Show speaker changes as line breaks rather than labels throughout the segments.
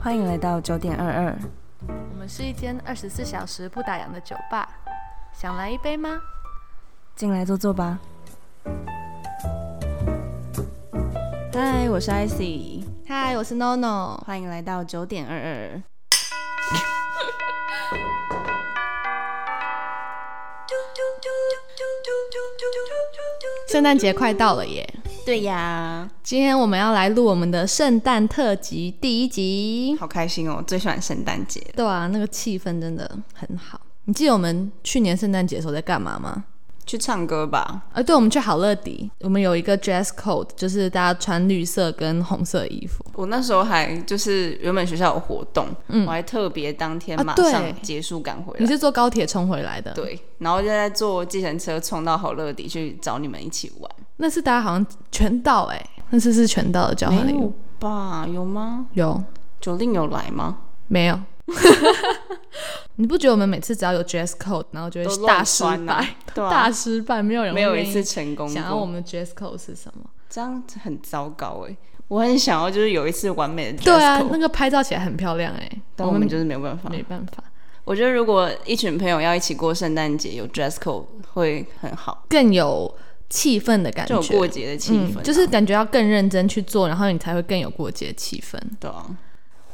欢迎来到九点二二，
我们是一间二十四小时不打烊的酒吧，想来一杯吗？
进来坐坐吧。嗨，我是 IC，
嗨，我是 NONO。
欢迎来到九点二二。
圣诞节快到了耶！
对呀，
今天我们要来录我们的圣诞特辑第一集。
好开心哦，最喜欢圣诞节了。
对啊，那个气氛真的很好。你记得我们去年圣诞节的时候在干嘛吗？
去唱歌吧，
啊，对，我们去好乐迪，我们有一个 dress code，就是大家穿绿色跟红色的衣服。
我那时候还就是原本学校有活动，我还特别当天
啊
马
对
上结束赶回来。
你是坐高铁冲回来的？，
对，然后就在坐计程车冲到好乐迪去找你们一起玩。
那次大家好像全到哎、那次是全到的交
哎
换礼物，
吧？有吗？
有
九令有来吗？
没有？你不觉得我们每次只要有 dress code，然后就
都
会大
乱
失
穿
败、
啊对啊
大失败，没有人会
没有一
愿意
次成功过。
想要我们的 dress code 是什么？
这样很糟糕哎、我很想要就是有一次完美的 dress
对啊
code，，
那个拍照起来很漂亮哎、
但我们就是没有办法。
没办法。
我觉得如果一群朋友要一起过圣诞节，有 dress code 会很好，
更有气氛的感
就有
觉，
过节的气氛啊、
嗯，就是感觉要更认真去做，然后你才会更有过节气氛。
对啊。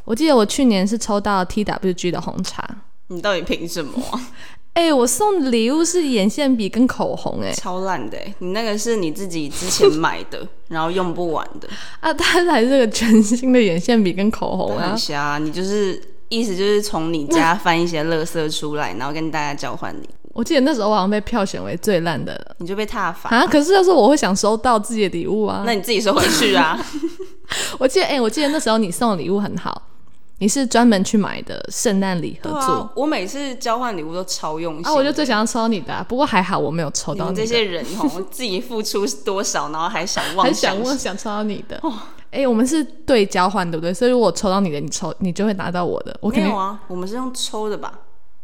我记得我去年是抽到 TWG 的红茶，
你到底凭什么啊、
哎、我送的礼物是眼线笔跟口红、哎
超烂的、欸！你那个是你自己之 前买的，然后用不完的，
啊，它还是个全新的眼线笔跟口红啊
很，瞎啊、你就是意思就是从你 家翻一些垃圾出来，然后跟大家交换礼物，
我记得那时候我好像被票选为最烂的
你就被踏伐。
啊，可是那时候我会想收到自己的礼物啊。
那你自己收回去啊！
我记得，哎、我记得那时候你送的礼物很好，你是专门去买的圣诞礼盒
对
做
啊，我每次交换礼物都超用心的。
啊，我就最想要抽到你的、啊，不过还好我没有抽
你
到
们
你
这
的，
些人 哦，自己付出多少，然后还想妄
很
想
想我想抽到你的。
哦
哎、我们是对交换，对不对？所以如果我抽到你的，你抽你就会拿到我的，我肯
没
定
有啊，我们是用抽的吧？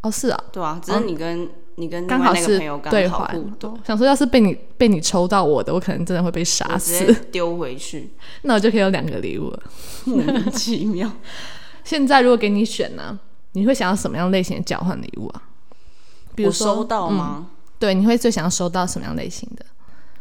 哦是啊，
对啊，只是你跟、你跟另
刚
外
好
那个
是
朋友刚
对
好
换
互。动，
想说要是被你被你抽到我的，我可能真的会被杀
我直
哦死
接，丢回去，
那我就可以有两个礼物了。
莫名其 妙。
现在如果给你选呢、你会想要什么样类型的交换礼物啊？比如
我收
说，嗯
到吗？
对，你会最想要收到什么样类型的？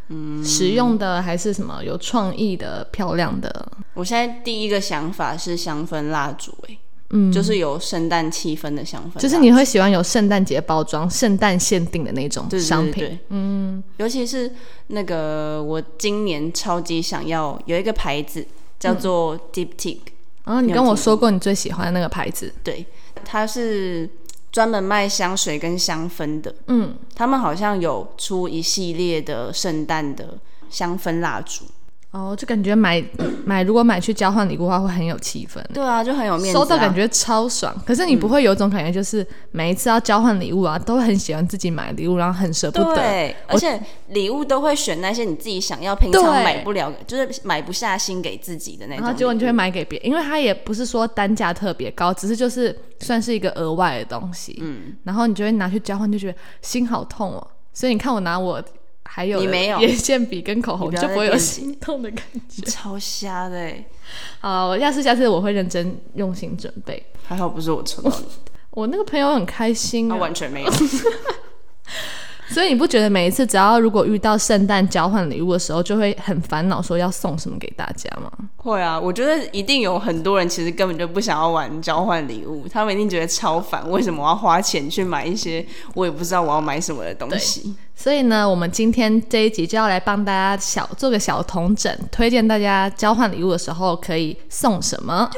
嗯，实用的还是什么有创意的、漂亮的？
我现在第一个想法是香氛蜡烛、欸，
嗯，
就是有圣诞气氛的香氛蜡烛，
就是你会喜欢有圣诞节包装、圣诞限定的那种
对对
商品。
对对嗯，尤其是那个我今年超级想要有一个牌子叫
嗯
做 Diptic，、
然后你
你有
跟我
听
说过你最喜欢那个牌子，
对，它是专门卖香水跟香氛的。
嗯，
他们好像有出一系列的圣诞的香氛蜡烛。
哦，就感觉买 买如果买去交换礼物的话会很有气氛。
对啊，就很有面子、啊。
收到感觉超爽，可是你不会有一种感觉，就是每一次要交换礼物啊，都很喜欢自己买礼物，然后很舍不得。
对，而且礼物都会选那些你自己想要、平常
对
买不了，就是买不下心给自己的那
然
种。
后结果你就会买给别人，因为它也不是说单价特别高，只是就是算是一个额外的东西。嗯，然后你就会拿去交换，就觉得心好痛哦。所以你看我拿我还有
你
的
没有
眼线笔跟口红，
你不要
就
再
不会有
惦
心痛的感觉。
超瞎的、欸，
好，我下次下次我会认真用心准备。
还好不是我抽到 你，
我那个朋友很开心、
他
啊，
完全没有。
所以你不觉得每一次只要如果遇到圣诞交换礼物的时候，就会很烦恼，说要送什么给大家吗？
会啊，我觉得一定有很多人其实根本就不想要玩交换礼物，他们一定觉得超烦，为什么我要花钱去买一些我也不知道我要买什么的东西？
所以呢，我们今天这一集就要来帮大家小做个小同整，推荐大家交换礼物的时候可以送什么。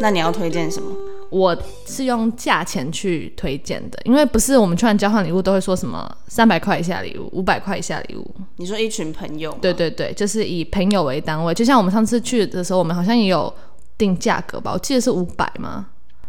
那你要推荐什么？
我是用价钱去推荐的，因为不是我们去完交换礼物都会说什么三百块以下礼物、五百块以下礼物，
你说一群朋友，
对，对对，就是以朋友为单位。就像我们上次去的时候，我们好像也有定价格吧，我记得是五百吗？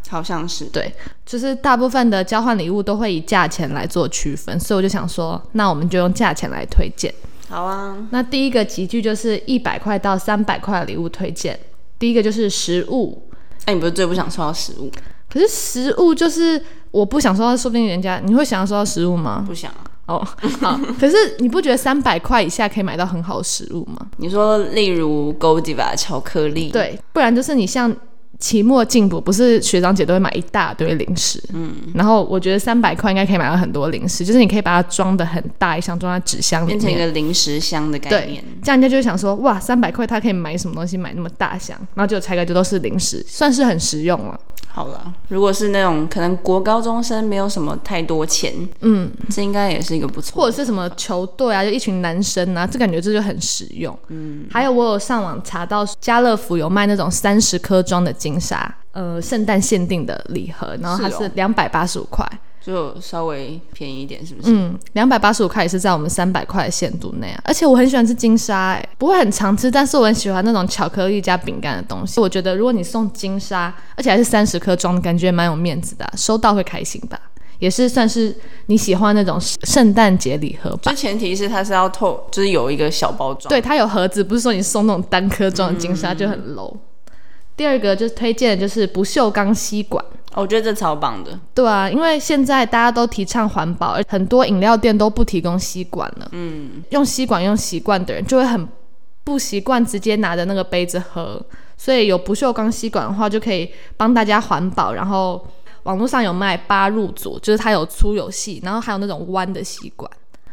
好像是
对，就是大部分的交换礼物都会以价钱来做区分，所以我就想说，那我们就用价钱来推荐。
好啊，
那第一个集聚就是一百块到三百块的礼物推荐，第一个就是食物，
那、你不是最不想收到食物？
可是食物就是我不想收到，说不定人家你会想要收到食物吗？
不想啊，
哦，好。可是你不觉得三百块以下可以买到很好的食物吗？
你说，例如 Godiva 巧克力，，
对，不然就是你像期末进补，不是学长姐都会买一大堆零食，嗯，然后我觉得三百块应该可以买到很多零食，就是你可以把它装的很大一箱，装在纸箱里
变成一
面。
个零食箱的概
对
念。，
这样人家就会想说，哇，三百块他可以买什么东西？买那么大箱，然后结果拆开就都是零食，算是很实用了。
好了，如果是那种可能国高中生没有什么太多钱，
嗯，
这应该也是一个不错。
或者是什么球队啊，就一群男生啊，这感觉这就很实用。嗯，还有我有上网查到家乐福有卖那种三十颗装的金沙，呃，圣诞限定的礼盒，然后它
是哦
是两百八十五块。
就稍微便宜一点，是不是？
嗯，两百八十五块也是在我们三百块的限度内啊。而且我很喜欢吃金沙、欸，不会很常吃，但是我很喜欢那种巧克力加饼干的东西。我觉得如果你送金沙，而且还是三十颗装，感觉蛮有面子的啊、收到会开心吧。也是算是你喜欢那种圣诞节礼盒吧
就。前提是它是要透，就是有一个小包装。
对，它有盒子，不是说你送那种单颗装的金沙就很 low。第二个就是推荐的就是不锈钢吸管。
哦，我觉得这超棒的。
对啊，因为现在大家都提倡环保，而很多饮料店都不提供吸管了。嗯，用吸管用习惯的人就会很不习惯直接拿着那个杯子喝，所以有不锈钢吸管的话，就可以帮大家环保。然后网络上有卖八入组，就是它有粗有细，然后还有那种弯的吸管。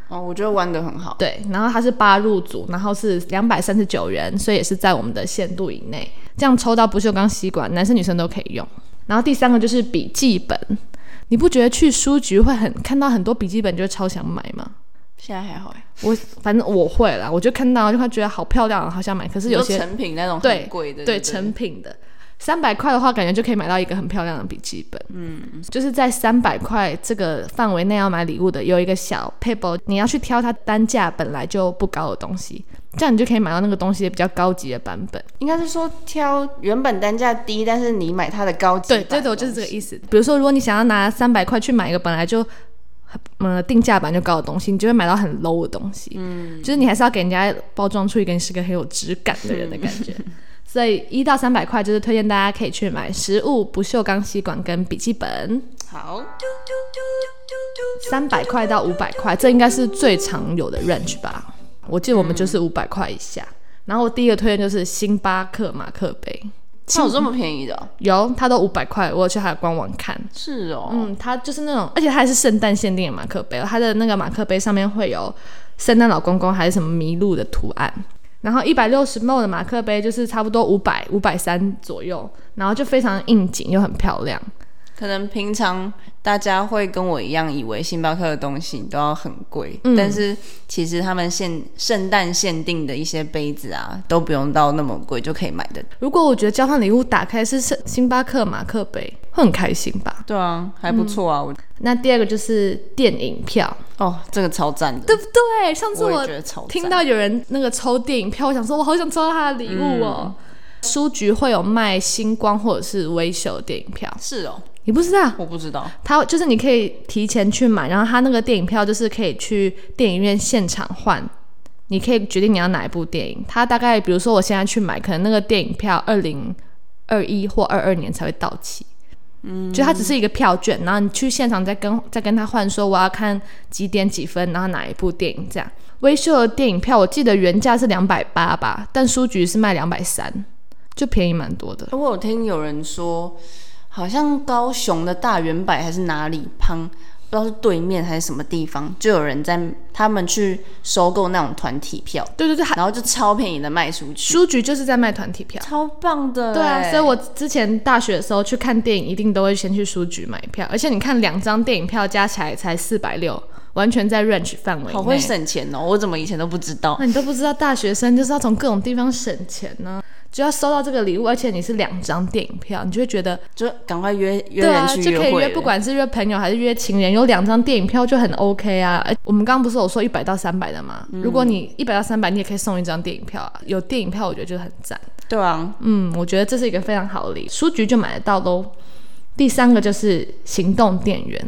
哦，我觉得玩的很好。
对，然后它是八入组，然后是两百三十九元，所以也是在我们的限度以内。这样抽到不锈钢吸管，男生女生都可以用。然后第三个就是笔记本，你不觉得去书局会很看到很多笔记本就会超想买吗？
现在还好哎，
我反正我会啦，我就看到就会觉得好漂亮，好想买。可是
是
有些
成品那种
对
很贵的，
对
不
成品的。三百块的话，感觉就可以买到一个很漂亮的笔记本。嗯，就是在三百块这个范围内要买礼物的，有一个小 paper，你要去挑它单价本来就不高的东西，这样你就可以买到那个东西的比较高级的版本。
应该是说挑原本单价低，但是你买它的高级
对
版。
对对，我就是这个意思。比如说，如果你想要拿三百块去买一个本来就很嗯定价版就高的东西，你就会买到很 low 的东西。嗯，就是你还是要给人家包装出一个你是个很有质感的人的感觉。 所以一到三百块就是推荐大家可以去买食物、不锈钢吸管跟笔记本。
好，
三百块到五百块，这应该是最常有的 range 吧？我记得我们就是五百块以下。然后我第一个推荐就是星巴克马克杯，
像有这么便宜的哦？
有它都五百块，我有去它的官网看，
是哦，
嗯，它就是那种，而且它还是圣诞限定的马克杯哦，它的那个马克杯上面会有圣诞老公公还是什么麋鹿的图案。然后一百六十 ml 的马克杯就是差不多五百五百三左右，然后就非常应景又很漂亮。
可能平常大家会跟我一样，以为星巴克的东西都要很贵，
嗯
但是其实他们限圣诞限定的一些杯子啊，都不用到那么贵就可以买的。
如果我觉得交换礼物打开是圣星巴克马克杯，会很开心吧？
对啊，还不错啊，我
那第二个就是电影票，
哦，这个超赞的，
对不对？上次
我
我
也觉得超赞
听到有人那个抽电影票，我想说，我好想抽到他的礼物哦。
嗯
书局会有卖星光或者是微秀电影票，
是哦，
你不知道？
我不知道，
它就是你可以提前去买，然后它那个电影票就是可以去电影院现场换，你可以决定你要哪一部电影。它大概比如说我现在去买，可能那个电影票二零二一或二二年才会到期。嗯，就它只是一个票券，然后你去现场再跟再跟他换，说我要看几点几分，然后哪一部电影这样。微秀的电影票我记得原价是两百八吧，但书局是卖两百三，就便宜蛮多的。
我有听有人说，好像高雄的大圆柏还是哪里旁，不知道是对面还是什么地方，就有人在他们去收购那种团体票，
对对对，它
然后就超便宜的卖出去，
书局就是在卖团体票。
超棒的欸。
对啊，所以我之前大学的时候去看电影，一定都会先去书局买票，而且你看两张电影票加起来才四百六，完全在 range 范围内。
好会省钱哦！我怎么以前都不知道？
那你都不知道，大学生就是要从各种地方省钱呢、就要收到这个礼物，而且你是两张电影票，你就会觉得，
就赶快约约
对啊，
人去
就可以
约会
约，
了，
不管是约朋友还是约情人，有两张电影票就很 OK 啊。而我们刚刚不是有说一百到三百的吗？
嗯
如果你一百到三百，你也可以送一张电影票啊。有电影票，我觉得就很赞。
对啊，
嗯，我觉得这是一个非常好的礼，书局就买得到喽。 第三个就是行动电源，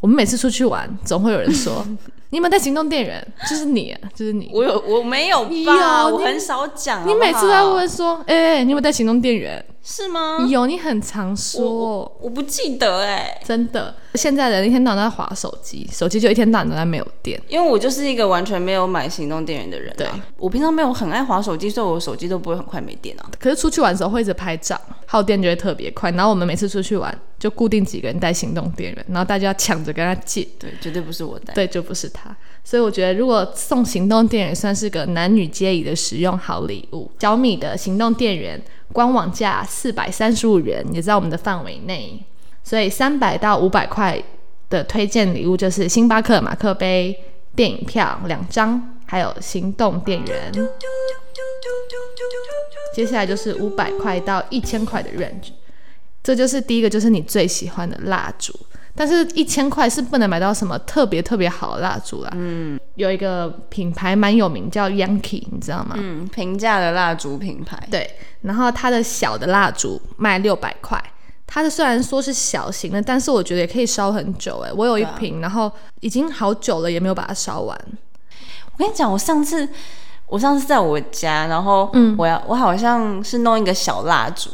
我们每次出去玩，总会有人说：“你有没有带行动电源？就是你，啊就是你。
我有，我没有吧？
有
我
你
很少讲好不
你
好。
每次都在问说，哎、欸你有没有带行动电源？
是吗？
有，你很常说。
啊我我不记得哎、
真的，现在人一天到晚都在划手机，手机就一天到晚都在没有电。
因为我就是一个完全没有买行动电源的人、啊。
对，
我平常没有很爱划手机，所以我手机都不会很快没电啊。
可是出去玩的时候会一直拍照，耗电就会特别快。然后我们每次出去玩，就固定几个人带行动电源，然后大家抢着跟他借。
对，绝对不是我带。
对，就不是他。所以我觉得，如果送行动电源算是个男女皆宜的实用好礼物。小米的行动电源官网价四百三十五元，也在我们的范围内，所以三百到五百块的推荐礼物就是星巴克马克杯、电影票两张，还有行动电源。接下来就是五百块到一千块的 range，这就是第一个，就是你最喜欢的蜡烛。但是，一千块是不能买到什么特别特别好的蜡烛啦。嗯，有一个品牌蛮有名，叫 Yankee，你知道吗？
嗯，平价的蜡烛品牌，
对，然后它的小的蜡烛卖六百块，它的虽然说是小型的，但是我觉得也可以烧很久、欸。哎，我有一瓶，然后已经好久了，也没有把它烧 完。
我跟你讲，我上次我上次在我家，然后嗯，我要我好像是弄一个小蜡烛，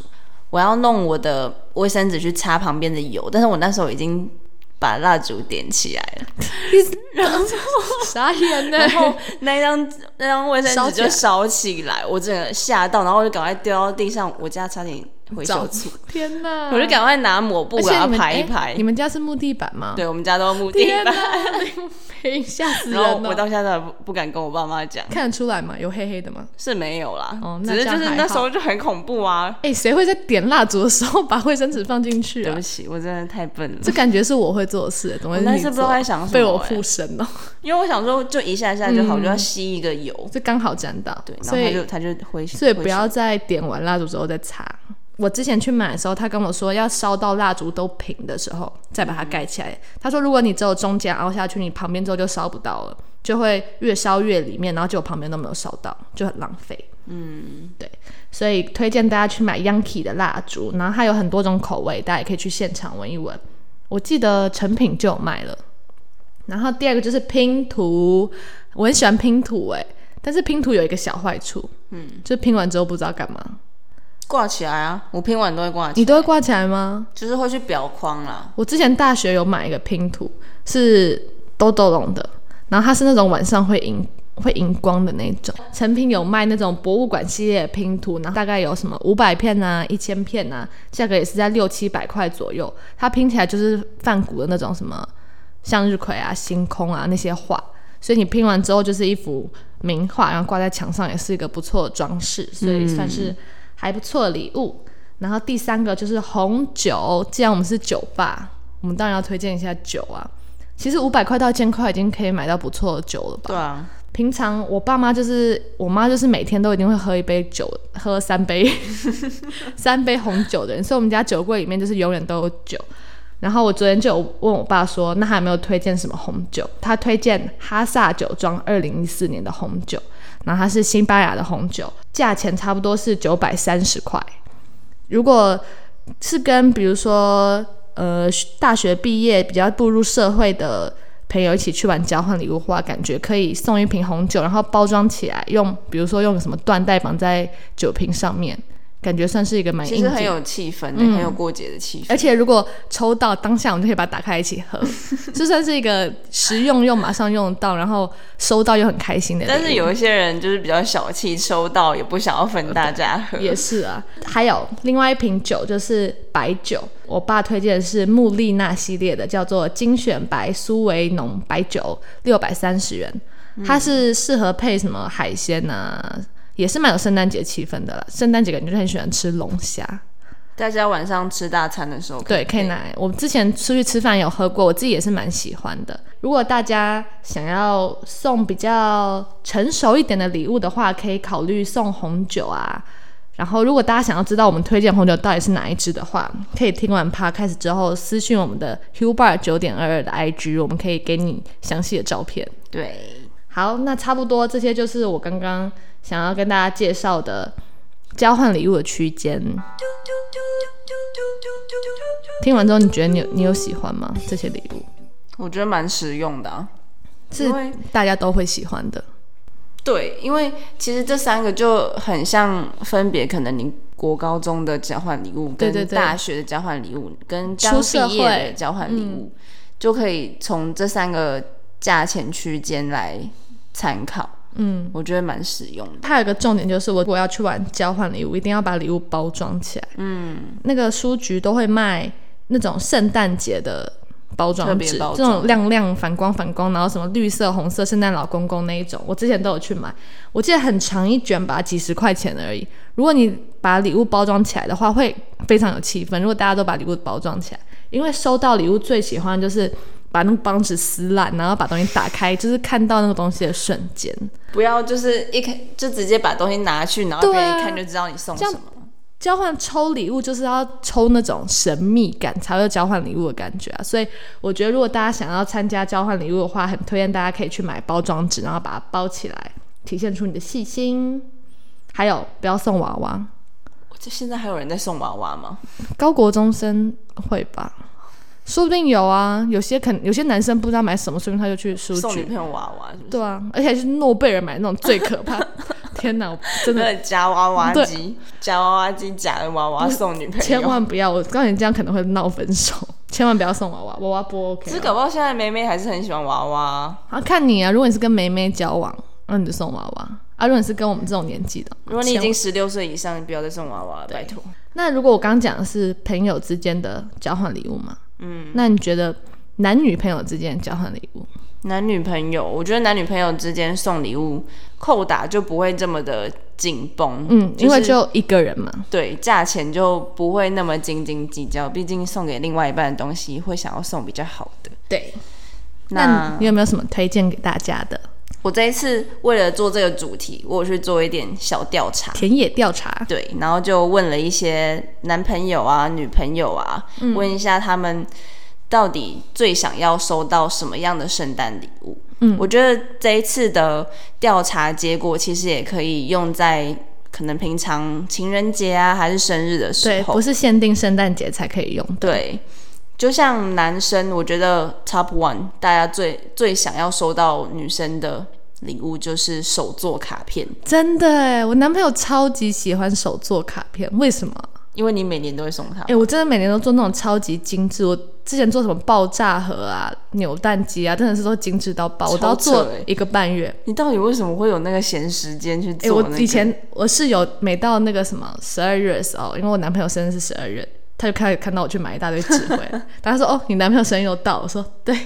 我要弄我的卫生纸去擦旁边的油，但是我那时候已经把蜡烛点起来了，
傻眼呢、欸
然后那张那张卫生纸
烧起
就
来
烧起来，我整个吓到，然后我就赶快丢到地上，我家差点回
找
手机，
天哪！
我就赶快拿抹布
而且
把它
你们
排一
哎
排。
你们家是木地板吗？，
对，我们家都木地
天
板，
哪！你们 吓死人哦
然后我
了！
到现在都不不敢跟我爸妈讲，
看得出来吗？有黑黑的吗？
是没有啦，
哦那
只是
这
就
样
是
还
那
好
时候就很恐怖啊，
哎、谁会在点蜡烛的时候把卫生纸放进去
对
啊
不？起，我真的太笨了
这。感觉是我会做的事，怎么会
我那
你
次不知
做
道在想什
被
么
我
欸
附身哦了，
因为我想说，就一下下就好，就要吸一个油，
就刚好沾到，
对，然
所
后他
以
就他就回，
所以
回
不要在点完蜡烛之后再擦。我之前去买的时候，他跟我说要烧到蜡烛都平的时候再把它盖起来。他说如果你只有中间凹下去，你旁边之后就烧不到了，就会越烧越里面，然后结果旁边都没有烧到，就很浪费。嗯，对，所以推荐大家去买 Yankee 的蜡烛，然后它有很多种口味，大家也可以去现场闻一闻。我记得成品就有卖了。然后第二个就是拼图，我很喜欢拼图哎、但是拼图有一个小坏处，嗯，就拼完之后不知道干嘛。
挂起来啊，我拼完都会挂起
你
来，
都会挂起来吗？
就是会去裱框啦。
我之前大学有买一个拼图，是豆豆龙的，然后它是那种晚上会荧会荧光的那种。成品有卖那种博物馆系列的拼图，然后大概有什么五百片啊、一千片啊，价格也是在六七百块左右。它拼起来就是泛古的那种什么向日葵啊、星空啊那些画，所以你拼完之后就是一幅名画，然后挂在墙上也是一个不错的装饰，所以算是还不错的礼物。然后第三个就是红酒，既然我们是酒吧，我们当然要推荐一下酒啊。其实五百块到一千块已经可以买到不错的酒了吧？
对啊，
平常我爸妈就是我妈就是每天都一定会喝一杯酒，喝三杯 三杯红酒的人，所以我们家酒柜里面就是永远都有酒。然后我昨天就有问我爸说，那还有没有推荐什么红酒？他推荐哈萨酒庄二零一四年的红酒，然后它是西班牙的红酒，价钱差不多是九百三十块。如果是跟比如说呃大学毕业比较步入社会的朋友一起去玩交换礼物的话，感觉可以送一瓶红酒，然后包装起来，用比如说用什么缎带绑在酒瓶上面，感觉算是一个蛮
其
应
实
景
很有气氛、欸很有过节的气氛。
嗯而且如果抽到当下，我们就可以把它打开 一起喝，这算是一个实用又马上用得到，然后收到又很开心的礼物。
但是有一些人就是比较小气，收到也不想要分大家喝。
也是啊，还有另外一瓶酒就是白酒，我爸推荐的是穆丽娜系列的，叫做精选白苏维农白酒，六百三十元，
嗯
它是适合配什么海鲜啊，也是蛮有圣诞节气氛的啦。圣诞节感觉就很喜欢吃龙虾，
大家晚上吃大餐的时候，
对，可以拿来。我们之前出去吃饭有喝过，我自己也是蛮喜欢的。如果大家想要送比较成熟一点的礼物的话，可以考虑送红酒啊。然后，如果大家想要知道我们推荐红酒到底是哪一支的话，可以听完 podcast 之后私信我们的 Hu Bar 九点二二的 IG，我们可以给你详细的照片。
对，
好，那差不多这些就是我刚刚想要跟大家介绍的交换礼物的区间。听完之后，你觉得你有你有喜欢吗？这些礼物？
我觉得蛮实用的啊、
是
因为
大家都会喜欢的。
对，因为其实这三个就很像，分别可能你国高中的交换礼物，
对对
跟
对
大学的交换礼物，跟
出
刚
社
毕业
会嗯
的交换礼物，就可以从这三个价钱区间来参考。
嗯，
我觉得蛮实用的。
还有一个重点就是，我如果要去玩交换礼物，一定要把礼物包装起来。嗯，那个书局都会卖那种圣诞节的包装
特别
纸，
包
这
装
种亮亮反光反光，然后什么绿色、红色、圣诞老公公那一种，我之前都有去买。我记得很长一卷吧，几十块钱而已。如果你把礼物包装起来的话，会非常有气氛。如果大家都把礼物包装起来，因为收到礼物最喜欢就是把那个包装纸撕烂，然后把东西打开，就是看到那个东西的瞬间。
不要就是一开就直接把东西拿去，然后
对
别人
啊
一看就知道你送
这
什
样
么。
交换抽礼物就是要抽那种神秘感，才会有交换礼物的感觉啊。所以我觉得，如果大家想要参加交换礼物的话，很推荐大家可以去买包装纸，然后把它包起来，体现出你的细心。还有，不要送娃娃，
我这现在还有人在送娃娃吗？
高国中生会吧？说不定有啊，有些肯有些男生不知道买什么，说不定他就去书
送女
局。
朋友娃娃是不是？
对啊，而且是诺贝尔买那种最 可怕。天哪，我真的
那夹娃娃
对
机，夹娃娃机夹的娃娃送女朋友，
千万不要！我告诉你，这样可能会闹分手。千万不要送娃娃，娃娃不 OK
只是
哦、
搞不好现在梅梅还是很喜欢娃娃。
啊，看你啊！如果你是跟梅梅交往，那你就送娃娃啊；如果你是跟我们这种年纪的，
如果你已
千
经十六岁以上，你不要再送娃娃了，拜托。
那如果我刚讲的是朋友之间的交换礼物嘛，嗯，那你觉得男女朋友之间的交换礼物，
男女朋友，我觉得男女朋友之间送礼物扣打就不会这么的紧绷，
嗯，
是
因为就一个人嘛，
对价钱就不会那么斤斤计较，毕竟送给另外一半的东西会想要送比较好的。
对。那
那
你有没有什么推荐给大家的
我这一次为了做这个主题，我有去做一点小调查，
田野调查？
对，然后就问了一些男朋友啊、女朋友啊，
嗯
问一下他们到底最想要收到什么样的圣诞礼物。
嗯
我觉得这一次的调查结果其实也可以用在可能平常情人节啊，还是生日的时
对，
候。
不是限定圣诞节才可以用的。
对，就像男生，我觉得 top one 大家最最想要收到女生的礼物就是手作卡片，
真的欸，我男朋友超级喜欢手做卡片，为什么啊？
因为你每年都会送他
哎、。我真的每年都做那种超级精致。我之前做什么爆炸盒啊、扭蛋机啊，真的是都精致到爆，我都要
超扯
做
欸
一个半月。
你到底为什么会有那个闲时间去
哎、
做、那
我
个
以前我室友每到那个什么十二月的时候，因为我男朋友生日是十二月，他就开始看到我去买一大堆纸回来， 然后他说：“哦，你男朋友生日又到。”我说：“对，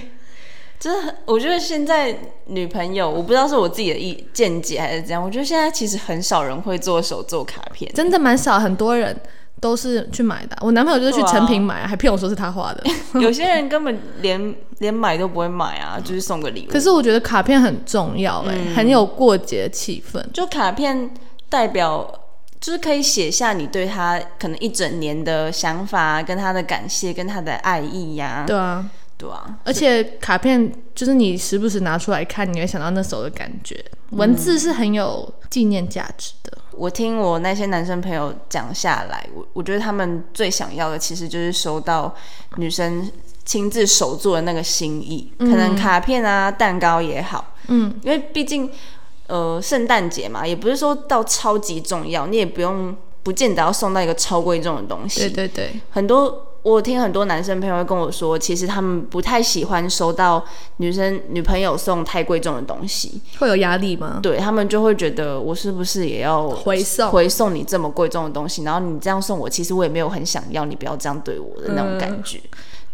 真的很，我觉得现在女朋友，我不知道是我自己的意见解还是怎样，我觉得现在其实很少人会做手做卡片，
真的蛮少，很多人都是去买的啊。我男朋友就是去
对啊
成品买啊，还骗我说是他画的。
有些人根本连 连买都不会买啊，就是送个礼物。
可是我觉得卡片很重要、欸，哎、
嗯
很有过节气氛。
就卡片代表，就是可以写下你对他可能一整年的想法，跟他的感谢，跟他的爱意呀、
对啊。”
对啊，
而且卡片就是你时不时拿出来看，你会想到那时候的感觉。文字是很有纪念价值的。
我听我那些男生朋友讲下来，我我觉得他们最想要的其实就是收到女生亲自手做的那个心意，可能卡片啊、蛋糕也好，
嗯，
因为毕竟呃圣诞节嘛，也不是说到超级重要，你也不用不见得要送到一个超贵重的东西。
对对对，
很多我听很多男生朋友会跟我说，其实他们不太喜欢收到女生女朋友送太贵重的东西，
会有压力吗？
对他们就会觉得我是不是也要
回送
回送你这么贵重的东西，然后你这样送我，其实我也没有很想要，你不要这样对我的那种
嗯
感觉。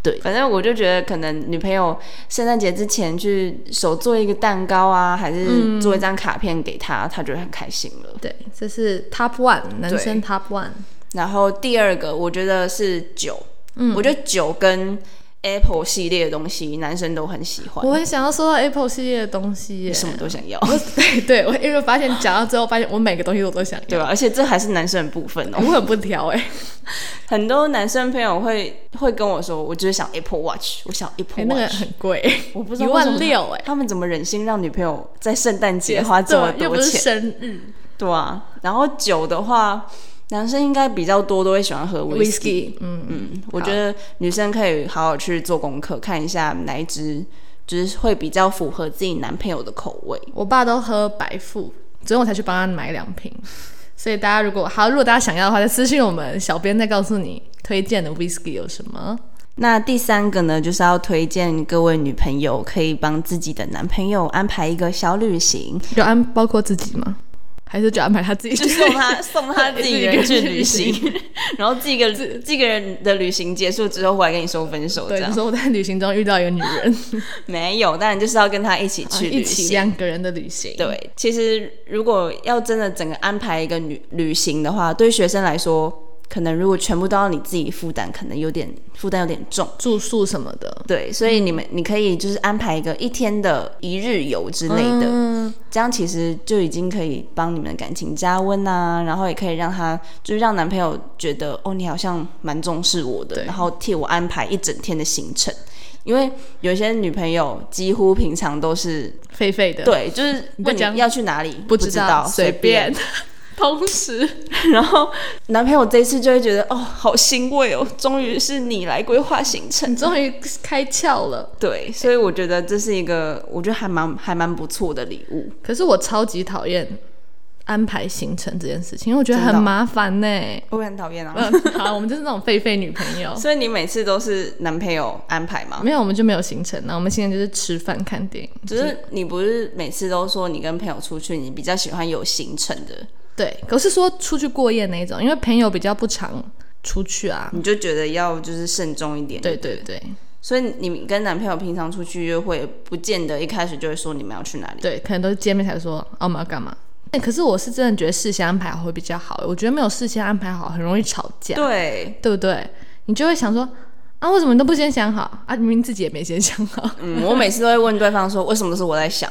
对，反正我就觉得，可能女朋友圣诞节之前去手做一个蛋糕啊，还
嗯
是做一张卡片给她，她就会很开心了。
对，这是 top one 男生 top one。
然后第二个，我觉得是酒，嗯，我觉得酒跟 Apple 系列的东西，男生都很喜欢
我，很想要收到 Apple 系列的东西耶。
什么都想要，
我对 对，我因为发现讲到最后，发现我每个东西我都想 要，
对吧？而且这还是男生的部分哦
我。很不挑 哎、
很多男生朋友会会跟我说，我就是想 Apple Watch，我想 Apple
哎那
Watch，、
个很贵、欸，
我不知
一
道为什
万
么
六哎，
他们怎么忍心让女朋友在圣诞节花这么
对又
多
不是
钱？
生日
对啊，然后酒的话，男生应该比较多都会喜欢喝嗯 whisky。
，whisky，嗯，
嗯，我觉得女生可以好好去做功课，看一下哪一支就是会比较符合自己男朋友的口味。
我爸都喝白富，昨天我才去帮他买两瓶。所以大家如果好，如果大家想要的话，再私信我们，小编再告诉你推荐的 whisky 有什么。
那第三个呢，就是要推荐各位女朋友可以帮自己的男朋友安排一个小旅行，
就安包括自己吗？还是就安排他自己
就
去？
送 他送他自己一个人去旅行， 然后自己一个自己一个人的旅行结束之后回来跟你说分手，这
对，就
样
说我在旅行中遇到一个女 人，
没有，当然就是要跟他啊一起去
一
旅
起
行。
两个人的旅行。，
对，其实如果要真的整个安排一个旅旅行的话，对学生来说，可能如果全部都要你自己负担，可能有点负担有点重。
住宿什么的
对，所以你们你可以就是安排一个一天的一日游之类的，
嗯
这样其实就已经可以帮你们的感情加温啊，然后也可以让他就是让男朋友觉得哦，你好像蛮重视我的，
对
然后替我安排一整天的行程。因为有些女朋友几乎平常都是
废废的，，
对，就是
你在
问
讲
你要去哪里，
不
知
知道
随
便。。 同时，
然后男朋友这一次就会觉得哦，好欣慰哦，终于是你来规划行程
你。终于开窍了。
对，所以我觉得这是一个，我觉得还蛮还蛮不错的礼物。
可是我超级讨厌安排行程这件事情，因为我觉得
真的哦
很麻烦呢、
我很讨厌啊。
嗯， 好，我们就是那种废废女朋 友。
所以你每次都是男朋友安排吗？
哦没有，我们就没有行程那我们现在就是吃饭、看电影。
只是你不是每次都说你跟朋友出去，你比较喜欢有行程的，
对，可是说出去过夜那一种，因为朋友比较不常出去啊。
你就觉得要就是慎重一点。
对，对对
所以你跟男朋友平常出去约会，不见得一开始就会说你们要去哪里。
对，可能都是见面才说啊我们要干嘛。哎、可是我是真的觉得事先安排好会比较好，我觉得没有事先安排好很容易吵架，
对，
对不对？你就会想说啊，为什么你都不先想好啊？明明自己也没先想好。
嗯，我每次都会问对方说，为什么都是我在想，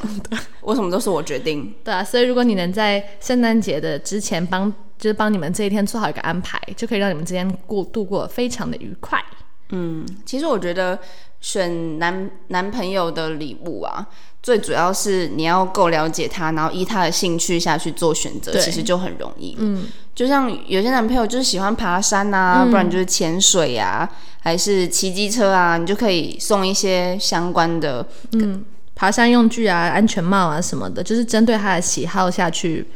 为什么都是我决定？
对啊，所以如果你能在圣诞节的之前帮，就是帮你们这一天做好一个安排，就可以让你们之间过度过得非常的愉快。
其实我觉得选男男朋友的礼物啊，最主要是你要够了解他，然后依他的兴趣下去做选择，
对
其实就很容易。嗯，就像有些男朋友就是喜欢爬山啊，不然就是潜水啊，还是骑机车啊，你就可以送一些相关的。
爬山用具啊、安全帽啊什么的，就是针对他的喜好下去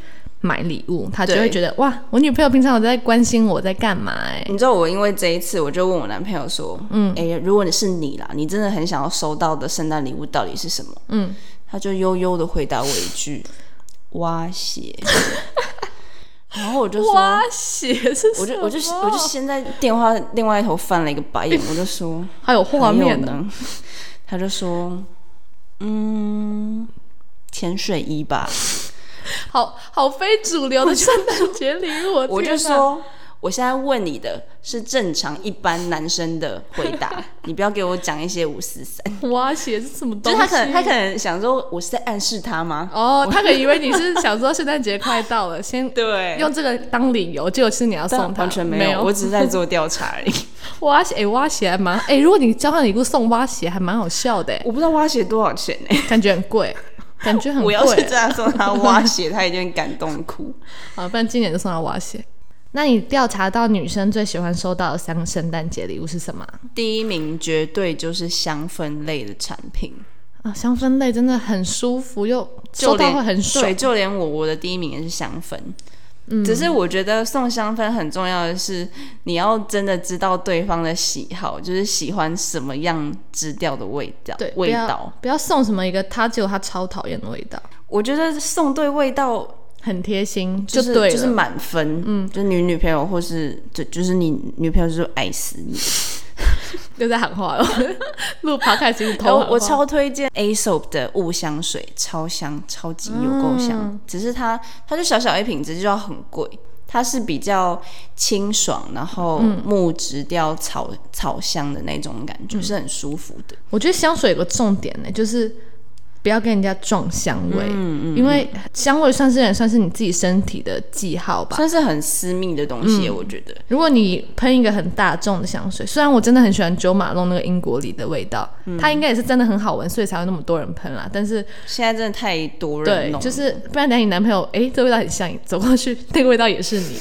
买礼物，他就
对
会觉得哇，我女朋友平常有在关心我在干嘛哎、
你知道我因为这一次，我就问我男朋友说，嗯，哎、如果你是你啦，你真的很想要收到的圣诞礼物到底是什么？
嗯，
他就悠悠的回答我一句：“挖鞋。” 然后我就说，
哇，血是
我就我就
什么
我就先在电话另外一头翻了一个白眼，我就 说
还有画面啊
还有
呢，
呢。他就说：“嗯，潜水衣吧。
好好非主流的圣诞节礼物，”
我
天
就
哪
说。我现在问你的是正常一般男生的回 答，你不要给我讲一些五四三。
哇，血是什么
就
东
是
西？
他可能他可能想说我是在暗示他吗？
哦，他可能以为你是想说圣诞节快到了，先
对，
用这个当理由，结果是你要
但
送他，
完全
没
有，我只是在做调查而已。
挖鞋，哎，挖鞋还蛮哎，如果你交换礼物送挖鞋，还蛮好笑的， 哎
我不知道挖鞋多少钱呢、
感觉很贵，感觉很贵。
我要是这样送他挖鞋，他一定感动哭。
啊，不然今年就送他挖鞋。那你调查到女生最喜欢收到的三个圣诞节礼物是什么啊
第一名绝对就是香氛类的产品，
啊？香氛类真的很舒服，又收
就
到
连
会很爽
对，。就连我我的第一名也是香氛。只是我觉得送香氛很重要的是，你要真的知道对方的喜好，就是喜欢什么样质调的味道。
对，不
味
要
道，
不要送什么一个他只有他超讨厌的味道，
我觉得送对味道
很贴心
就是
对了。
就是满分。嗯，就是你女朋友或是就就是你女朋友就是爱死你。
又在喊 话了，哦录 p 开始
然
偷
后
喊
我
话
超推荐 A Soap 的雾香水，超香，超级有够香。
嗯
只是它，它就小小一瓶子，就要很贵。它是比较清爽，然后
嗯
木质调草、草香的那种感觉，是很舒服的。
我觉得香水有个重点呢、就是不要跟人家撞香味，
嗯
因为香味算是也算是你自己身体的记号吧。
算是很私密的东
嗯
西，我觉得。
如果你喷一个很大众的香水，虽然我真的很喜欢九马龙那个英国里的味道，
嗯
它应该也是真的很好闻，所以才有那么多人喷啦。但是
现在真的太多人
对
弄，了，
就是不然等下你男朋友，诶，这味道很像，你走过去 那个味道也是你。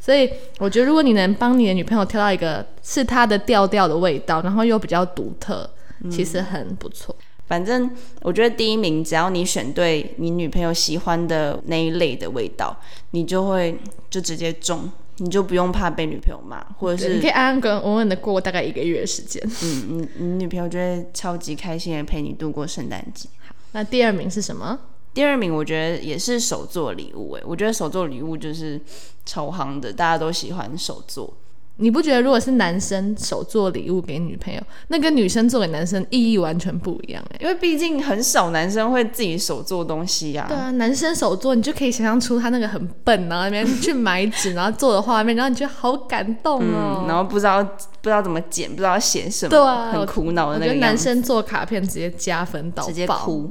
所以我觉得，如果你能帮你的女朋友挑
嗯
到一个是她的调调的味道，然后又比较独特，其实很不错。
反正我觉得第一名，只要你选对你女朋友喜欢的那一类的味道，你就会就直接中，你就不用怕被女朋友骂，或者
对你可以
是
安安稳稳的过大概一个月的时间。
嗯，你你女朋友就会超级开心的陪你度过圣诞节。
那第二名是什么？
第二名我觉得也是手做礼物、诶，我觉得手做礼物就是超夯的，大家都喜欢手做。
你不觉得如果是男生手做礼物给女朋友，那跟女生做给男生意义完全不一样哎、
因为毕竟很少男生会自己手做东西呀、
对啊，男生手做，你就可以想象出他那个很笨，然后那边去买纸，然后做的画面，然后你觉得好感动哦。
嗯，然后不知道不知道怎么剪，不知道写什么，
对啊，
很苦恼的那
我觉
个
得男
样子，
生做卡片直接加分到爆
直接。哭。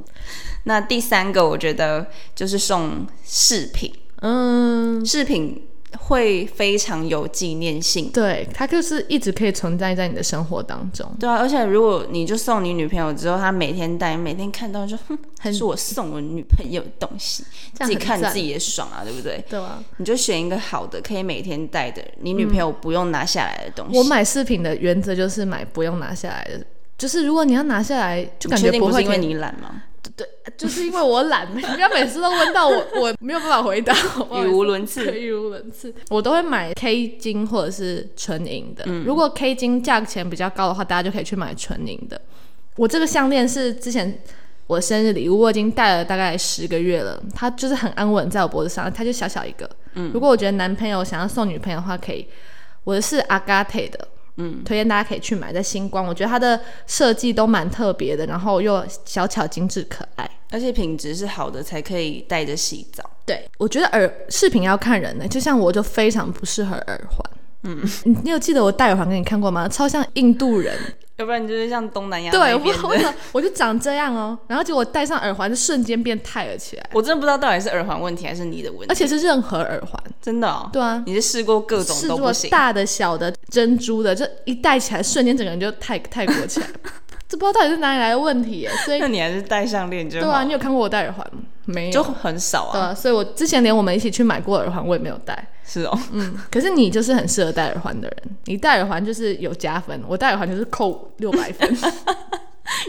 那第三个，我觉得就是送饰品，
嗯，
饰品会非常有纪念性。
对，他就是一直可以存在在你的生活当中。
对啊，而且如果你就送你女朋友之后，她每天戴，每天看到就哼，还是我送我女朋友的东西，
这
自
样
己
很
看
赞
自己也爽啊，对不对？
对啊，
你就选一个好的，可以每天戴的，你女朋友不用拿下来的东西。
嗯我买饰品的原则就是买不用拿下来的，就是如果你要拿下来，就感
你确
觉
定
不
不
会
是因为
给
你懒吗？
就是因为我懒，你不要每次都问到我，我没有办法回答，
语无伦次
对语无伦次。我都会买 K 金或者是纯银的。如果 K 金价钱比较高的话，大家就可以去买纯银的。我这个项链是之前我的生日礼物，我已经戴了大概十个月了，它就是很安稳在我脖子上，它就小小一个。如果我觉得男朋友想要送女朋友的话，可以，我的是 Agate 的。嗯，推荐大家可以去买，在星光，我觉得它的设计都蛮特别的，然后又小巧精致可爱。
而且品质是好的才可以带着洗澡。
对，我觉得耳饰品要看人的、就像我就非常不适合耳环。嗯，你你有记得我戴耳环给你看过吗？超像印 度人，
要不然你就是像东南亚
对，
那
我不
边
知道
的
为什么我就长这样哦，然后结果戴上耳环就瞬间变泰了起来，
我真的不知道到底是耳环问题还是你的问
而
题，
且是任何耳环，
真的、哦。
对啊，
你是试过各种
是
都
做
不行，
大的、小的、珍珠的，就一戴起来瞬间整个人就泰泰国起来， 这不知道到底是哪里来的问题耶， 所以
那你还是戴项链就
对
好，
啊，你有看过我戴耳环吗？没
哦
有，
就很少
对
啊。
啊，所以我之前连我们一起去买过耳环，我也没有戴。
是哦，
嗯，可是你就是很适合戴耳环的人，你戴耳环就是有加分，我戴耳环就是扣六百 分，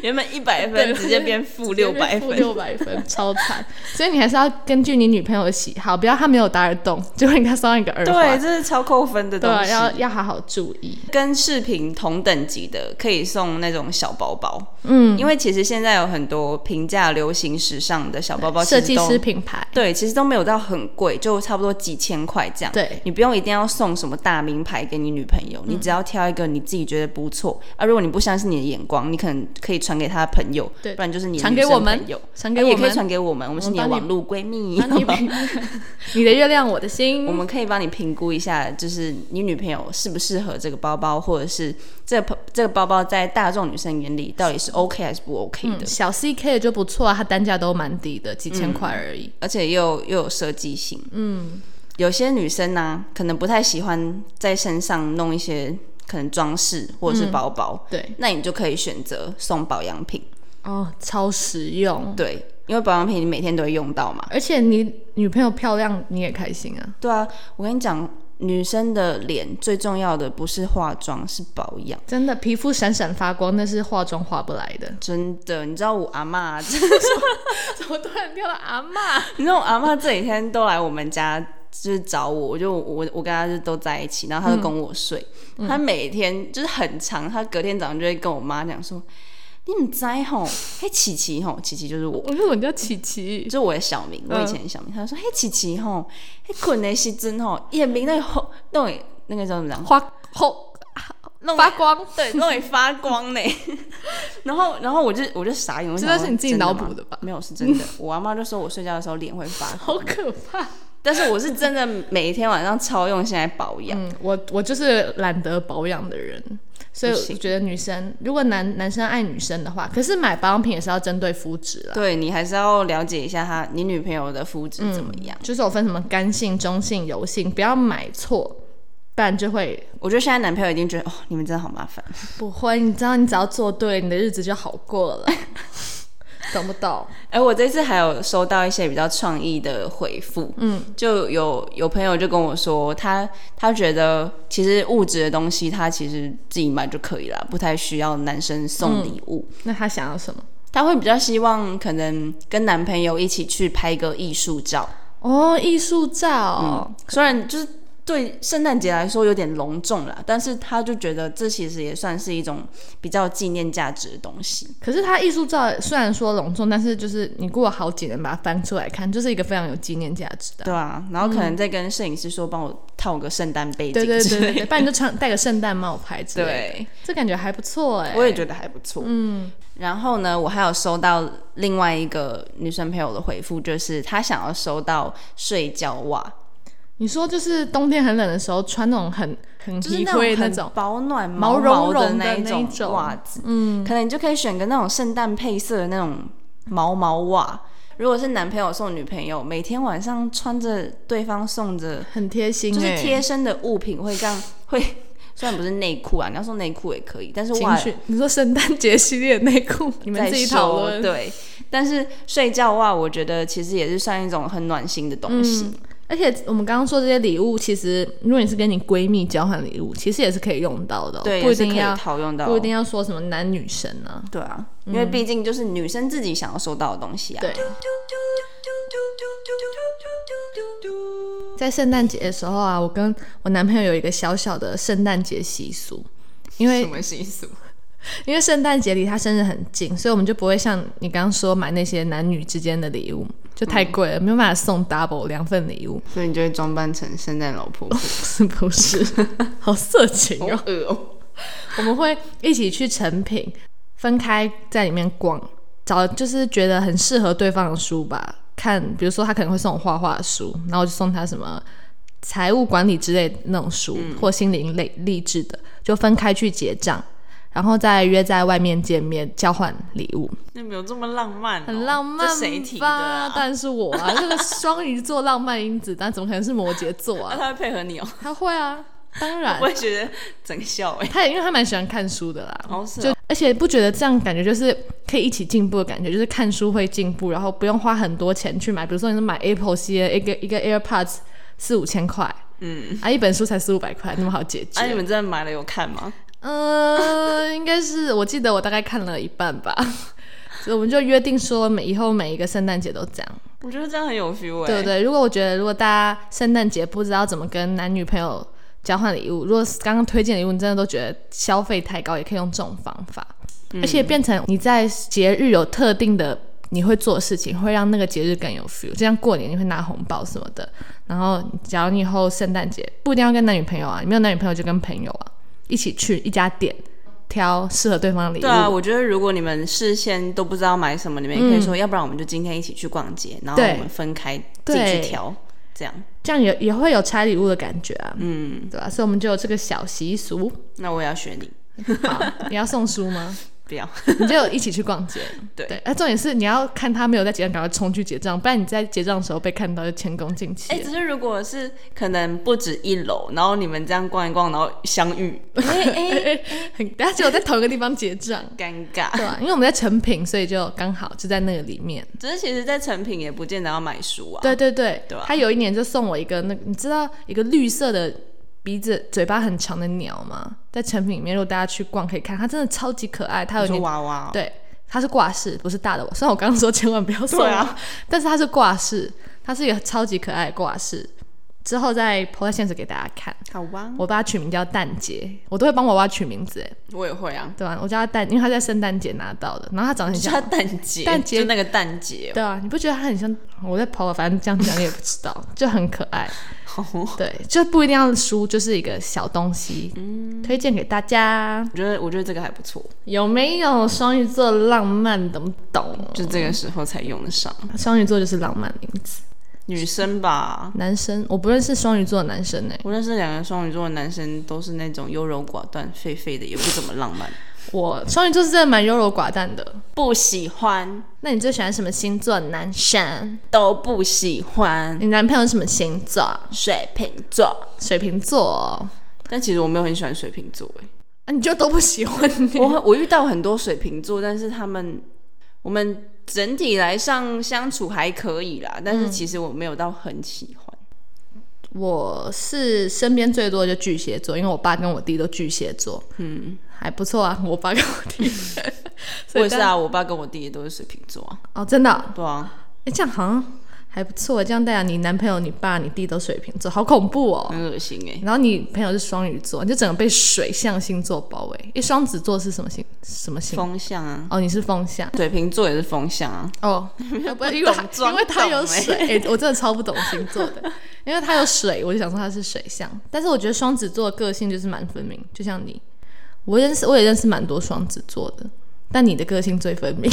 原本一百
对
分直接变 负六百
负
分，
六百分，超惨。所以你还是要根据你女朋友的喜好，不要她没有打耳洞，就给她送一个耳
对，
环，
这是超扣分的
对
东
啊，
西。
要要好好注意。
跟饰品同等级的，可以送那种小包包。嗯，因为其实现在有很多平价、流行、时尚的小包包，
设计
其实都
师品牌，
对，其实都没有到很贵，就差不多几千块这样。
对嗯
你不用一定要送什么大名牌给你女朋友，你只要挑一个你自己觉得不错、啊。如果你不相信你的眼光，你可能可以传给她的朋友，
对
不然就是你的
传
女
给
生
我们
朋友
传
啊
给我
也可以
们，
传给我们，我们是
我
你
们
的
帮你
网络闺蜜，
帮你评 你的月亮，我的心，
我们可以帮你评估一下，就是你女朋友适不适合这个包包，或者是这个这个包包在大众女生眼里到底是 OK 还是不 OK 的，
嗯小 CK 的就不错啊，它单价都蛮低的，几千块而已。
而且又又有设计性。嗯，有些女生呢、可能不太喜欢在身上弄一些可能装饰或者是包包，
对，
那你就可以选择送保养品，嗯
哦，超实用。
对，因为保养品你每天都会用到嘛。
而且你女朋友漂亮，你也开心啊。
对啊，我跟你讲，女生的脸最重要的不是化妆，是保养。。
真的，皮肤闪闪发光，那是化妆化不来的
真的，你知道我阿妈，
怎么突然掉到阿嬷？
你知道我阿妈这几天都来我们家，就是找我，我就我我跟她就都在一起，然后她就跟我睡。
嗯
她每天就是很长，她隔天早上就会跟我妈讲说：“你们在吼，嘿琪琪吼，琪琪就是我，
我说我叫琪琪
就，是我的小名，我以前的小名。她说：“嘿琪琪吼，嘿困的时阵吼，眼明那吼弄会那个叫什么讲？
花后
弄
发 光，
对，弄会发光呢。 然后，然后我就我就傻眼，我
这
想
都是
说
你自己
真
脑
吗
补的吧
没有，是真的。我阿妈就说我睡觉的时候脸会发
好可怕。
但是我是真的每一天晚上超用心来保养，
嗯，我我就是懒得保养的人，所以
不
我
行
觉得女生如果男男生爱女生的话，可是买保养品也是要针对肤质啦。
嗯对你还是要了解一下她你女朋友的肤质怎么样。
就是我分什么干性、中性、油性，不要买错，不然就会
我觉得现在男朋友一定觉得哦，你们真的好麻烦。
不会。你知道，你只要做对，你的日子就好过了， 懂不懂？
哎，我这次还有收到一些比较创意的回复，嗯，就有有朋友就跟我说，他他觉得其实物质的东西他其实自己买就可以了，不太需要男生送礼物。
那他想要什么？
她会比较希望可能跟男朋友一起去拍个艺术照。
哦，艺术照，
嗯，虽然就是对圣诞节来说有点隆重啦，但是她就觉得这其实也算是一种比较纪念价值的东西。
可是他艺术照虽然说隆重，但是就是你过了好几年把它翻出来看，就是一个非常有纪念价值的。
对啊，然后可能再跟摄影师说帮我套个圣诞背景
对对
之
对对
类
对，
的。
不然你就穿戴个圣诞帽拍之类的，
对，
这感觉还不错哎、
我也觉得还不错。嗯，然后呢，我还有收到另外一个女生朋友的回复，就是她想要收到睡觉袜，
你说就是冬天很冷的时候穿那种很很
就是
体会
那
那种
很，保暖、
毛
茸
茸茸
那
的那一种
袜子，
嗯，
可能你就可以选个那种圣诞配色的那种毛毛袜。如果是男朋友送女朋友，每天晚上穿着对方送着，
很贴心、
就
欸，
是贴身的物品会让会，虽然不是内裤啊，你要说内裤也可以，但是袜
情绪。你说圣诞节系列内裤， 你们
再
自己
说
讨论。
对，但是睡觉袜，我觉得其实也是算一种很暖心的
嗯
东西。
而且我们刚刚说这些礼物，其实如果你是跟你闺蜜交换礼物，其实也是可以用到的哦、
对，
不
也
一
是可
定
以
要
套用到。哦
不一定要说什么男女神啊。
对啊，因为毕竟就是女生自己想要收到的东西啊。
对，在圣诞节的时候啊，我跟我男朋友有一个小小的圣诞节习俗，因为
么习俗？
因为圣诞节离他生日很近，所以我们就不会像你刚刚说买那些男女之间的礼物，就太贵了，没有办法送 double 两份 礼物，
所以你就会装扮成圣诞老婆婆，
是不是？ 好色情哦！
恶哦。
我们会一起去成品，分开在里面逛，找就是觉得很适合对方的书吧。看，比如说他可能会送我画画的书，然后我就送他什么财务管理之类的那种书，
嗯
或心灵类励志的，就分开去结账，然后再约在外面见面交换礼物，
那没有这么浪漫哦、
很浪漫
这谁提的、
吧？
啊？
但是我啊，这个双鱼座浪漫因子，但怎么可能是摩羯座
啊
啊？
他会配合你哦、
他会啊，当然
我。也觉得整笑 哎、
他也因为他蛮喜欢看书的啦，
哦是哦
就而且不觉得这样感觉就是可以一起进步的感觉，就是看书会进步，然后不用花很多钱去买，比如说你是买 Apple 系列一个一个 AirPods 四五千块，嗯，啊一本书才四五百块，那么好解决。
啊，你们真的买了有看吗？
嗯，应该是我记得我大概看了一半吧，所以我们就约定说每以后每一个圣诞节都这样。
我觉得这样很有 feel 哎、
对不对？如果我觉得，如果大家圣诞节不知道怎么跟男女朋友交换礼物，如果刚刚推荐礼物，你真的都觉得消费太高，也可以用这种方法，
嗯
而且变成你在节日有特定的你会做的事情，会让那个节日更有 feel。就像过年你会拿红包什么的，然后假如你以后圣诞节不一定要跟男女朋友啊，你没有男女朋友就跟朋友啊一起去一家店挑适合对方的礼物。
对啊，我觉得如果你们事先都不知道买什么，你们也可以说，要不然我们就今天一起去逛街，然后
嗯对
我们分开自己去
对
挑，这样。
这样也也会有拆礼物的感觉啊，
嗯，
对吧、所以我们就有这个小习俗。
那我也要学你，
好，你要送书吗？
不 要。
你就一起去逛街。
对
对，啊那重点是你要看他没有在结账，赶快冲去结账，不然你在结账的时候被看到就前功尽弃
哎、
了。
只是如果是可能不止一楼，然后你们这样逛一逛，然后相遇，哎哎、，
很，大家只有在同一个地方结账
尴尬。
对吧、因为我们在成品，所以就刚好就在那个里面。
只是其实，在成品也不见得要买书啊。
对对对，
对啊
他有一年就送我一个那个，你知道一个绿色的鼻子、嘴巴很长的鸟吗？在成品里面，如果大家去逛可以看，它真的超级可爱。它有
你说
一点
娃啊娃、
对，它是挂饰，不是大的。虽然我刚刚说千万不要送
对啊，
但是它是挂饰，它是一个超级可爱的挂饰。之后再 po 在现实给大家看。
好啊吧，
我把它取名叫蛋姐，我都会帮我娃取名字，哎
我也会啊。
对吧、我叫她 蛋，因为她在圣诞节拿到的，然后她长得很
就
像
叫。蛋姐，
蛋姐
就那个蛋姐，
对啊，你不觉得她很像？我在跑，啊反正这样讲你也不知道，就很可 爱。
好，我
对，就不一定要书，就是一个小东西，
嗯
推荐给大家。
觉得我觉得这个还不错，
有没有双鱼座浪漫？懂不懂？
就这个时候才用得上。
双鱼座就是浪漫名字。
女生吧，
男生，我不认识双鱼座的男生欸呢、
我认识两个双鱼座的男生，都是那种优柔寡断、废废的，也不怎么浪漫，
我双鱼座是真的蛮优柔寡断的。
不喜欢，
那你最喜欢什么星座的男生？
都不喜欢
你男朋友是什么星座？
水瓶座。
水瓶座、哦。
但其实我没有很喜欢水瓶座， 哎，
啊，你就都不喜欢 你？
我我遇到很多水瓶座，但是他们我们整嗯体来上相处还可以啦，但是其实我没有到很喜欢。
我是身边最多就巨蟹座，因为我爸跟我弟都巨蟹座，嗯，还不错啊。我爸跟我弟，
我也是啊，我爸跟我弟也都是水瓶座啊。
哦，真的哦、
对啊，
哎、这样好像还不错。这样代表你男朋友、你爸、你弟都水瓶座，好恐怖哦。
很恶心哎、
然后你朋友是双鱼座，你就整个被水象星座包围。因为双子座是什么星？什么星？
风向啊，
哦，你是风象。
水瓶座也是风向啊。
哦，不因为
懂
它
装
因为它
懂
有
欸
水、欸我真的超不懂星座的，因为它有水，我就想说它是水象。但是我觉得双子座的个性就是蛮分明，就像你，我认识我也认识蛮多双子座的，但你的个性最分明。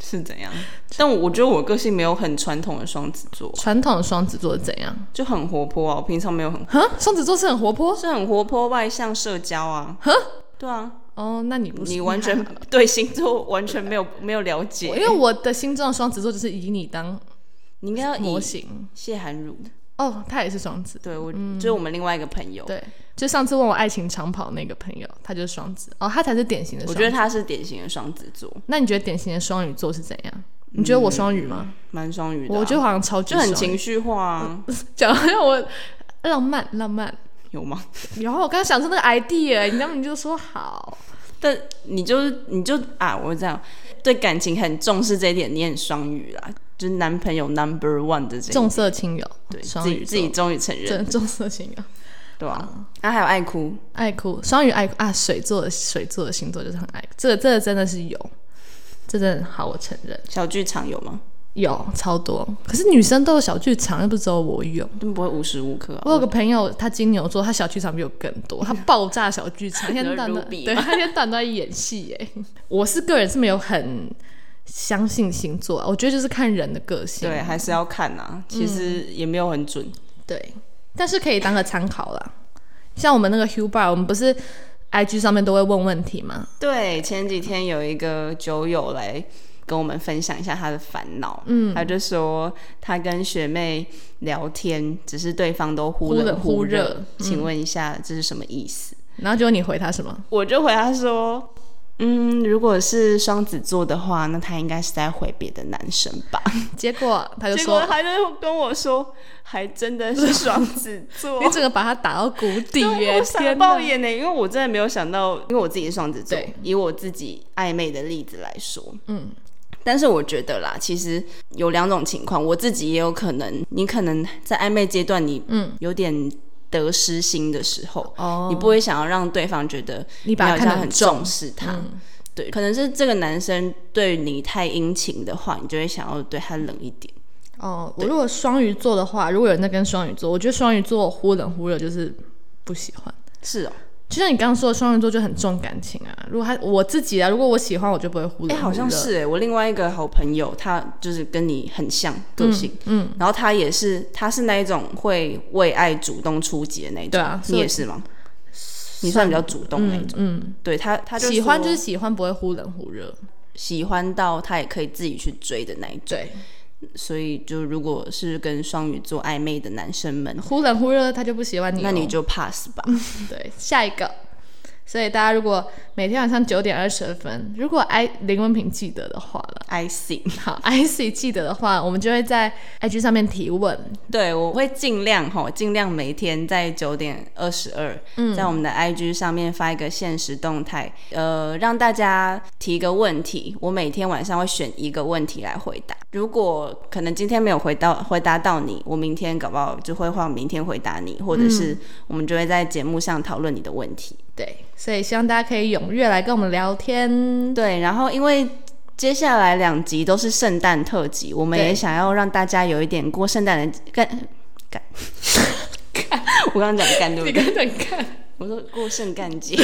是怎样？但我觉得我个性没有很传统的双子座，
传统的双子座是怎样？
就很活泼啊。我平常没有很，
哈，双子座是很活泼
我是很活泼、外向、社交啊。对啊，
哦，那你不是
你完全 对星座完全没有没有了
我
解。
因为我的心中的双子座就是以你当
你应该要
模
哦以
型。
谢涵儒，
哦，他也是双子，
对我、就是我们另外一个朋友，
对，就上次问我爱情长跑那个朋友，他就是双子，哦，他才是典型的
我
双
觉得他是典型的双子座，
那你觉得典型的双鱼座是怎样？你觉得我双鱼吗？
蛮双鱼的啊、
我觉得好像超级
就很
双鱼
情绪化啊，
讲，好像我浪漫浪漫。
有吗？
然后我刚刚想出那个 idea，你知道吗？你就说好，
但你就是你就啊，我这样对感情很重视这一点，你很双鱼啦，就是男朋友 number one 的这一
重色轻友，
对，自
双
己
鱼
自己
座，
终于承认，
真的重嗯色轻友，
对啊，他、还有爱哭，
爱哭，双鱼爱哭啊，水座的水座的星座就是很爱哭，这个这个真的是有，这真的好，我承认
小剧场有吗？
有超多，可是女生都有小剧场，又不是只有我有。
真不会无时无刻、
我
啊。
有个朋友，他金牛座，他小剧场比我更 多，他爆炸小剧场，一天到晚都
Ruby
对，
吗
他一天到晚都在演戏耶。 我是个人是没有很相信星座啊，我觉得就是看人的个性，
对，还是要看啊，其实也没有很准。
嗯对但是可以当个参考啦。像我们那个 Hugh Bar，我们不是 IG 上面都会问问题吗？
对，前几天有一个酒友来跟我们分享一下他的烦恼，嗯，他就说他跟学妹聊天，只是对方都忽
忽冷
冷
忽
忽
热嗯
热，请问一下这是什么意思？
然后结果你回他什么？
我就回他说。嗯，如果是双子座的话，那他应该是在回别的男生 吧？
结果他就
结果
说，
他就跟我说，还真的是双子 座。
你整个把他打到谷底
对
耶！
我傻
天
爆
哪！
眼欸呢，因为我真的没有想到，因为我自己是双子座
对，
以我自己暧昧的例子来说，
嗯，
但是我觉得啦，其实有两种情况，我自己也有可能，你可能在暧昧阶段，你
嗯
有点得失心的时候，
哦，
你不会想要让对方觉得
你把
好
他看
像很
得很
重视他。
嗯
对，可能是这个男生对你太殷勤的话，你就会想要对他冷一点。
哦，我如果双鱼座的话，如果有人在跟双鱼座，我觉得双鱼座忽冷忽热就是不喜欢。
是哦，
就像你刚刚说的，双鱼座就很重感情啊。如果他我自己啊，如果我喜欢，我就不会忽冷忽热。
哎、好像是哎、我另外一个好朋友，他就是跟你很像个性，
嗯，
然后他也是，他是那一种会为爱主动出击的那一种，
对啊
你也是吗？你算比较主动那一种，
嗯，
对他，他就
喜欢就是
说
喜欢，不会忽冷忽热。
喜欢到他也可以自己去追的那一种，
对，
所以就如果是跟双鱼座暧昧的男生们，
忽冷忽热他就不喜欢你哦、
那你就 pass 吧。
对下一个。所以大家如果每天晚上九点二十二分，如果 I 林文平记得的话了，
I see，
好 ，IC 记得的话，我们就会在 IG 上面提问，
对我会尽量吼，尽量每天在九点二十二，在我们的 IG 上面发一个限时动态，呃，让大家提一个问题，我每天晚上会选一个问题来回答。如果可能今天没有回到回答到你，我明天搞不好就会换明天回答你，或者是我们就会在节目上讨论你的问题。
对，所以希望大家可以踊跃来跟我们聊天。
对，然后因为。接下来两集都是圣诞特辑，我们
对
也想要让大家有一点过圣诞的干干。 我刚刚讲干对不对？
跟着看，
我说过圣诞节，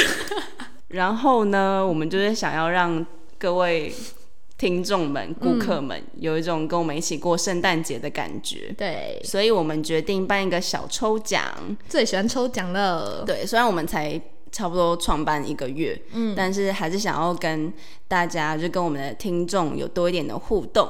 然后呢，我们就是想要让各位听众们、顾客们有一种跟我们一起过圣诞节的感觉，
对，
所以我们决定办一个小抽奖。
最喜欢抽奖了。
对，虽然我们才差不多创办一个月，嗯，但是还是想要跟大家，就跟我们的听众有多一点的互动，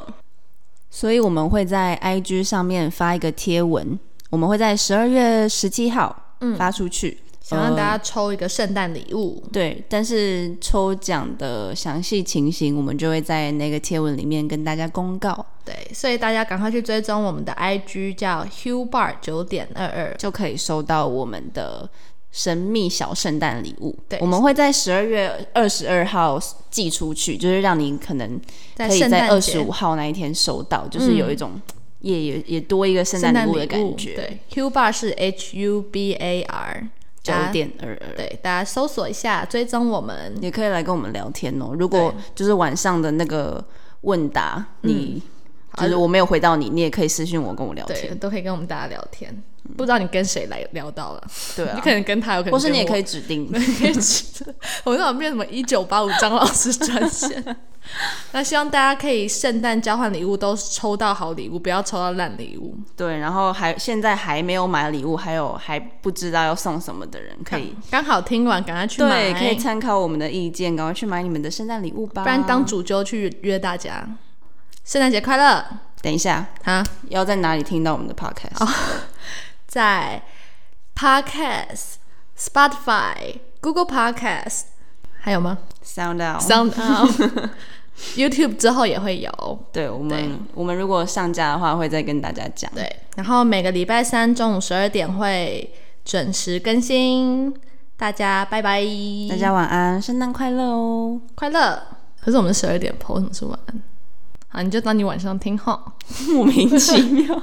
所以我们会在嗯 IG 上面发一个贴文，我们会在十二月十七号发出去。
想让大家抽一个圣诞礼物。
对，但是抽奖的详细情形，我们就会在那个贴文里面跟大家公告，
对，所以大家赶快去追踪我们的 IG 叫 Hugh Bar 九点二二。
就可以收到我们的神秘小圣诞礼物。
对
我们会在十二月二十二号寄出去，就是让你可能
在
可以
圣
在
诞
二
节嗯
十五号那一天收到，就是有一种、也也也多一个圣
圣
诞
诞
礼
礼
物的感觉。，
对，Hugh Bar 是 H U B A R，
九
大家
点二二。
对，大家搜索一下，追踪我们。
也可以来跟我们聊天哦。如果就是晚上的那个问答，
嗯
你就是我没有回到你，你也可以私信我跟我聊
对，
天。
都可以跟我们大家聊天。不知道你跟谁来聊到了，
对
你
啊
可，能跟他，有可能
或是你也
跟我
可以指定。
可以指着我那种变什么一九八五张老师专线。那希望大家可以圣诞交换礼物都抽到好礼物，不要抽到烂礼物。
对，然后还现在还没有买礼物，还有还不知道要送什么的人，可以
刚好听完，赶快去买，
对，可以参考我们的意见，赶快去买你们的圣诞礼物吧。
不然当主揪去约大家。圣诞节快乐！
等一下
啊，
要在哪里听到我们
哦
的 podcast？、
在 Podcast、Spotify、Google Podcast，还有吗
Sound out。
？Sound On、YouTube 之后也会有。
对我
对
们，我们如果上架的话，会再跟大家讲。
对，然后每个礼拜三中午十二点会准时更新，大家拜拜，
大家晚安，圣诞快乐 哦！
快乐。可是啊我们十二点 PO 什么是晚安？好，你就当你晚上听哈。
莫名其妙。